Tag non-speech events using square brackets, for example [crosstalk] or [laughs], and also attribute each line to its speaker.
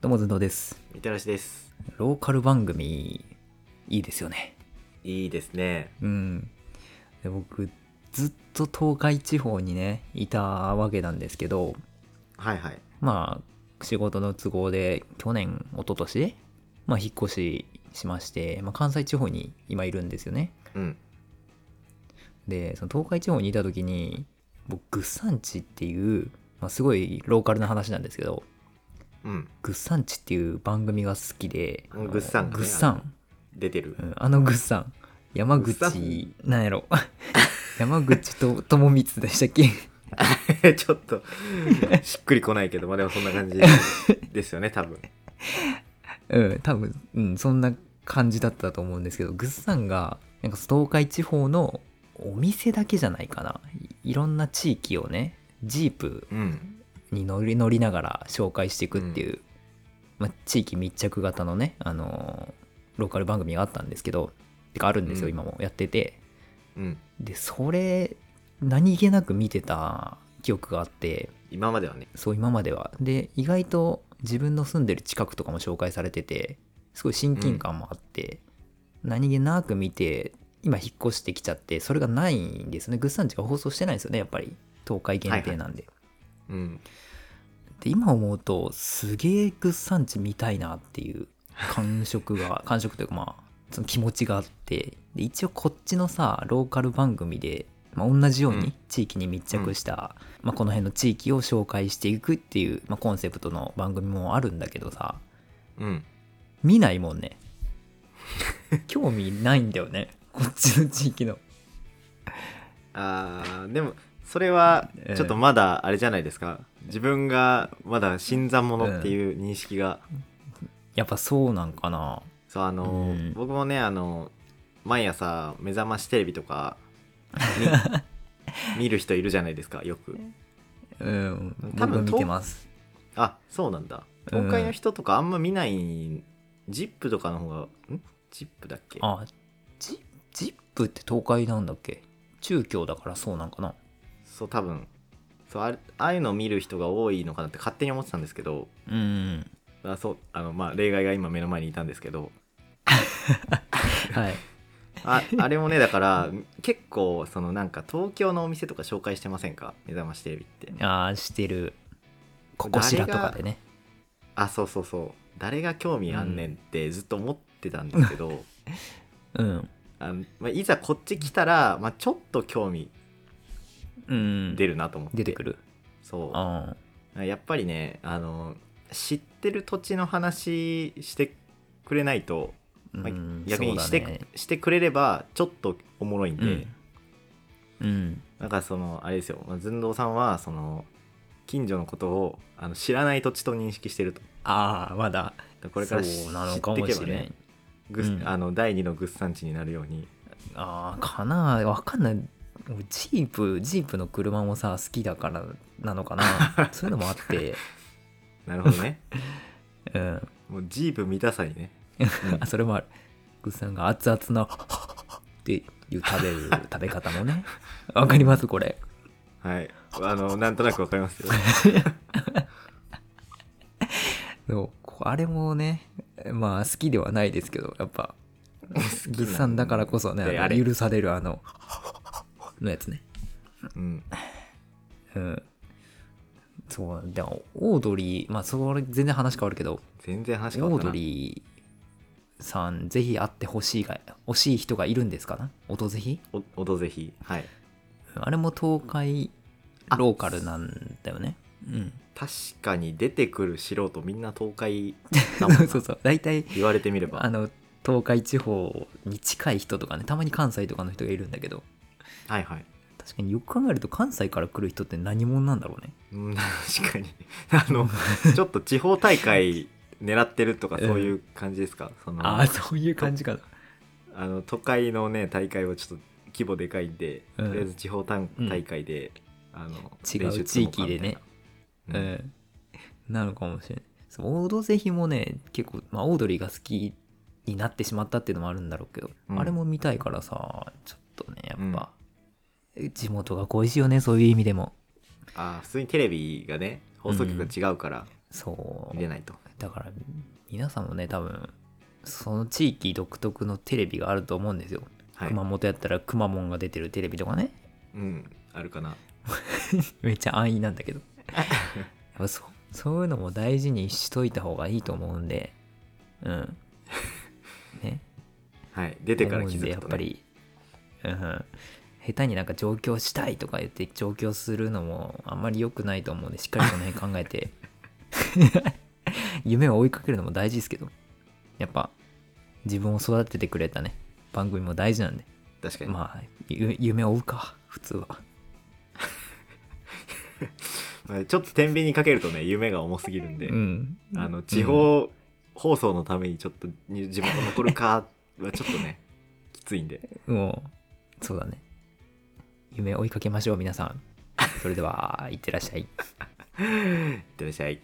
Speaker 1: どうもずんどうです。
Speaker 2: みたらしです
Speaker 1: ローカル番組、いいですよね。
Speaker 2: いいですね
Speaker 1: うん。で僕、ずっと東海地方にね、いたわけなんですけど、
Speaker 2: はいはい
Speaker 1: まあ、仕事の都合で、去年、一昨年まあ、引っ越ししまして、まあ、関西地方に今いるんですよね。
Speaker 2: うん
Speaker 1: で、その東海地方にいた時に、僕、グッサンチっていう、まあ、すごいローカルな話なんですけど、
Speaker 2: うん
Speaker 1: グッサンチっていう番組が好きで、
Speaker 2: うんグッサンかね
Speaker 1: グッサン。
Speaker 2: 出てる
Speaker 1: うんあのグッさん、山
Speaker 2: グッサ
Speaker 1: 口、なんやろ。 [laughs] 山口と友光でしたっけ
Speaker 2: [laughs]
Speaker 1: [laughs]
Speaker 2: ちょっと [laughs] しっくりこないけどまあでもそんな [laughs] 感じですよね多分
Speaker 1: うん、多分、うん、そんな感じだったと思うんですけど、グッさんが、なんか東海地方のお店だけじゃないかな。いいろんな地域をね、ジープ
Speaker 2: うん
Speaker 1: に乗り乗りながら紹介していくっていう、まあ、地域密着型のね、あのーローカル番組があったんですけど、てかあるんですよ、
Speaker 2: うん
Speaker 1: 今もやってて。
Speaker 2: うん
Speaker 1: で、それ、何気なく見てた記憶があって、
Speaker 2: 今まではね
Speaker 1: そう今まではで意外と自分の住んでる近くとかも紹介されててすごい親近感もあって、何気なく見て今引っ越してきちゃってそれがないんですねグッサンチが放送してないんですよねやっぱり東海限定なんで、
Speaker 2: うん
Speaker 1: で今思うとすげえグッサンチ見たいなっていう感触が [laughs] 感触というかまあその気持ちがあってで一応こっちのさローカル番組で、まあ、同じよう
Speaker 2: う
Speaker 1: に
Speaker 2: ん
Speaker 1: 地域に密着した、まあ、この辺の地域を紹介していくっていう、まあ、コンセプトの番組もあるんだけどさ
Speaker 2: うん
Speaker 1: 見ないもん
Speaker 2: [laughs]
Speaker 1: ね興味ないんだよねこっちの地域の
Speaker 2: あーでもそれは
Speaker 1: ええ
Speaker 2: ちょっとまだあれじゃないですか自分がまだ新参者っていう認識が、
Speaker 1: やっぱそうなんかな
Speaker 2: そうあの、
Speaker 1: うん
Speaker 2: 僕もねあの毎朝目覚ましテレビとか [laughs] に見る人いるじゃないですかよく
Speaker 1: うん
Speaker 2: 多分
Speaker 1: 僕見てます
Speaker 2: あそうなんだ
Speaker 1: うん
Speaker 2: 東海の人とかあんま見ない、ジップとかの方がんジップだっけ
Speaker 1: あジジップって東海なんだっけ中京だからそうなんかな
Speaker 2: そう多分そうあれああいうのを見る人が多いのかなって勝手に思ってたんですけど
Speaker 1: うん
Speaker 2: あそうあのまあ例外が今目の前にいたんですけど
Speaker 1: はい [laughs]
Speaker 2: ああれもねだから結構そのなんか東京のお店とか紹介してませんか目覚ましテレビって
Speaker 1: ああしてるここしらとかでね
Speaker 2: あそうそうそう誰が興味あんねんってずっと思ってたんですけど、
Speaker 1: [laughs] うん
Speaker 2: あのまあ、いざこっち来たら、まあ、ちょっと興味
Speaker 1: うん
Speaker 2: 出るなと思って、
Speaker 1: 出てくる
Speaker 2: そう
Speaker 1: あ
Speaker 2: やっぱりねあの知ってる土地の話してくれないと、
Speaker 1: ー
Speaker 2: まあ
Speaker 1: うん
Speaker 2: 逆にして,、
Speaker 1: そうだね
Speaker 2: してくれればちょっとおもろいんで、
Speaker 1: うん、うん
Speaker 2: なんかそのあれですよまあ寸胴さんはその近所のことをあの知らない土地と認識してると
Speaker 1: ああまだ
Speaker 2: だからこれから
Speaker 1: そうなの
Speaker 2: 知
Speaker 1: か
Speaker 2: って
Speaker 1: も
Speaker 2: け
Speaker 1: し
Speaker 2: ば
Speaker 1: れない、
Speaker 2: ねぐっ
Speaker 1: うん
Speaker 2: あの第二のグッサン地になるように
Speaker 1: ああかなわかんない俺ジープジープの車もさ好きだからなのか
Speaker 2: [laughs]
Speaker 1: なそういうのもあって
Speaker 2: なるほどね
Speaker 1: うん
Speaker 2: もうジープ見たさにね
Speaker 1: あ [laughs] それもあるグッさんが熱々なっていう食べ [laughs] る食べ方もねわかりますこれ
Speaker 2: はいあのなんとなくわかり
Speaker 1: [laughs]
Speaker 2: ますよ
Speaker 1: そうこあれもねまあ好きではないですけどやっぱグッさんだからこそね
Speaker 2: で
Speaker 1: あ
Speaker 2: あ
Speaker 1: の
Speaker 2: れ、
Speaker 1: 許されるあののやつね
Speaker 2: うん、
Speaker 1: うんそうでもオードリーまあそれ全然話変わるけど
Speaker 2: 全然話変わ
Speaker 1: オ
Speaker 2: っ
Speaker 1: ー
Speaker 2: た
Speaker 1: ド
Speaker 2: な
Speaker 1: リーさんぜひ会ってほしいが惜しい人がいるんですかな音ぜひ
Speaker 2: おオドぜひはい
Speaker 1: あれも東海
Speaker 2: あ
Speaker 1: ローカルなんだよね。うん。
Speaker 2: 確かに出てくる素人みんな
Speaker 1: [laughs]
Speaker 2: 東海だもん
Speaker 1: そ
Speaker 2: な
Speaker 1: うそうそう。大体、
Speaker 2: 言われてみれば
Speaker 1: あの、東海地方に近い人とかね、たまに関西とかの人がいるんだけど、
Speaker 2: はいはい
Speaker 1: 確かによく考えると関西から来る人って何者なんだろうね。
Speaker 2: うん確かに [laughs] あのちょっと地方大会狙ってるとかそういう感じですか、その
Speaker 1: ああ、そういう感じかな。
Speaker 2: あの都会のね大会はちょっと規模でかいんで、
Speaker 1: うん
Speaker 2: とりあえず地方大
Speaker 1: うん
Speaker 2: 大会で、あの
Speaker 1: 違う
Speaker 2: 練習積もうか
Speaker 1: 地域でね
Speaker 2: み
Speaker 1: う
Speaker 2: たいな、
Speaker 1: ん。なのかもしれない。そうオードぜひもね、結構、まあ、オードリーが好きになってしまったっていうのもあるんだろうけど、
Speaker 2: うん
Speaker 1: あれも見たいからさ、ちょっとね、やっぱ、地元が恋しいよね、そういう意味でも。
Speaker 2: ああ普通にテレビがね放送局が違うから
Speaker 1: そう
Speaker 2: 見。れないと、
Speaker 1: だから皆さんもね多分その地域独特のテレビがあると思うんですよ、
Speaker 2: はい、
Speaker 1: 熊本やったらくまモンが出てるテレビとかね
Speaker 2: うんあるかな
Speaker 1: [laughs] めっちゃ安易なんだけど [laughs] やっぱそそういうのも大事にしといた方がいいと思うんでうんね
Speaker 2: はい出てから気
Speaker 1: 思う
Speaker 2: づくと、ね、
Speaker 1: んでやっぱり、うん、下手になんか上京したいとか言って上京するのもあんまり良くないと思うんでしっかりその辺考えて [laughs] 夢を追いかけるのも大事ですけどやっぱ自分を育ててくれたね番組も大事なんで
Speaker 2: 確かに、
Speaker 1: まあゆ夢を追うか普通は
Speaker 2: まあちょっと天秤にかけるとね夢が重すぎるんで、
Speaker 1: うん
Speaker 2: あの地方放送のためにちょっとに地元残るかはちょっとねきついんで
Speaker 1: もうそうだね夢を追いかけましょう皆さんそれではいってらっしゃい
Speaker 2: いってらっしゃい